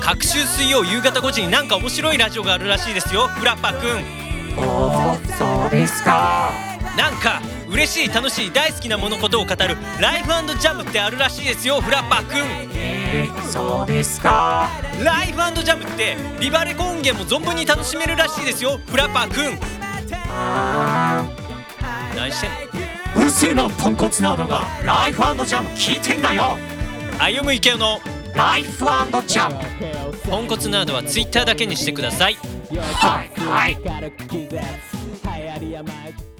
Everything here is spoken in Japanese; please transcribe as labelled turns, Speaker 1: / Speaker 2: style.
Speaker 1: 各週水曜夕方5時になんか面白いラジオがあるらしいですよフラッパくん
Speaker 2: おーそうですか
Speaker 1: なんか嬉しい楽しい大好きなものことを語るライフジャムってあるらしいですよフラッパーくん
Speaker 2: えーそうですか
Speaker 1: ライフジャムってビバレコ音源も存分に楽しめるらしいですよフラッパーくん
Speaker 2: あ
Speaker 1: 何してんの
Speaker 2: ーうるせえなポンコツなどがライフジャム聞いてんだよ
Speaker 1: 歩む池尾の
Speaker 2: ライフジャム
Speaker 1: ポンコツナードはツイッターだけにしてください
Speaker 2: はいはい
Speaker 3: はい